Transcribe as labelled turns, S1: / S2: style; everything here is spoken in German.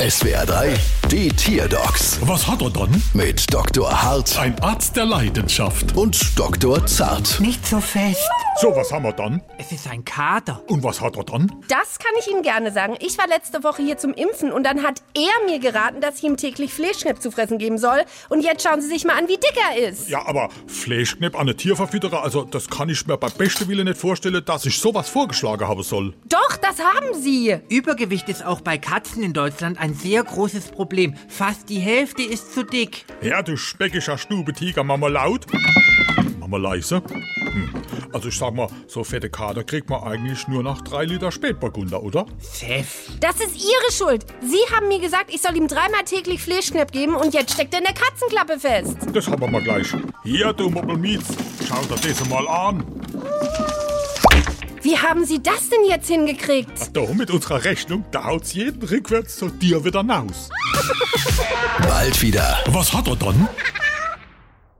S1: SWR 3, die Tierdocs
S2: Was hat er dann?
S1: mit Dr. Hart
S2: Ein Arzt der Leidenschaft.
S1: und Dr. Zart.
S3: Nicht so fest.
S2: So, was haben wir dann?
S3: Es ist ein Kater.
S2: Und was hat er dann?
S4: Das kann ich Ihnen gerne sagen. Ich war letzte Woche hier zum Impfen und dann hat er mir geraten, dass ich ihm täglich Fleischknepp zu fressen geben soll. Und jetzt schauen Sie sich mal an, wie dick er ist.
S2: Ja, aber Fleischknepp an einen Tierverfütterer, also das kann ich mir bei bestem Willen nicht vorstellen, dass ich sowas vorgeschlagen haben soll.
S4: Doch, das haben Sie.
S3: Übergewicht ist auch bei Katzen in Deutschland ein sehr großes Problem. Fast die Hälfte ist zu dick.
S2: Ja, du speckischer Stubetiger, mach mal laut. Mach mal leise. Hm. Also ich sag mal, so fette Kater kriegt man eigentlich nur nach drei Liter Spätburgunder, oder?
S3: Chef,
S4: Das ist Ihre Schuld. Sie haben mir gesagt, ich soll ihm dreimal täglich Fleischknepp geben und jetzt steckt er in der Katzenklappe fest.
S2: Das haben wir mal gleich. Hier, du Moppelmietz, schau dir das mal an.
S4: Wie haben Sie das denn jetzt hingekriegt?
S2: Da mit unserer Rechnung, da haut's jeden rückwärts zu dir wieder raus.
S1: Bald wieder.
S2: Was hat er dann?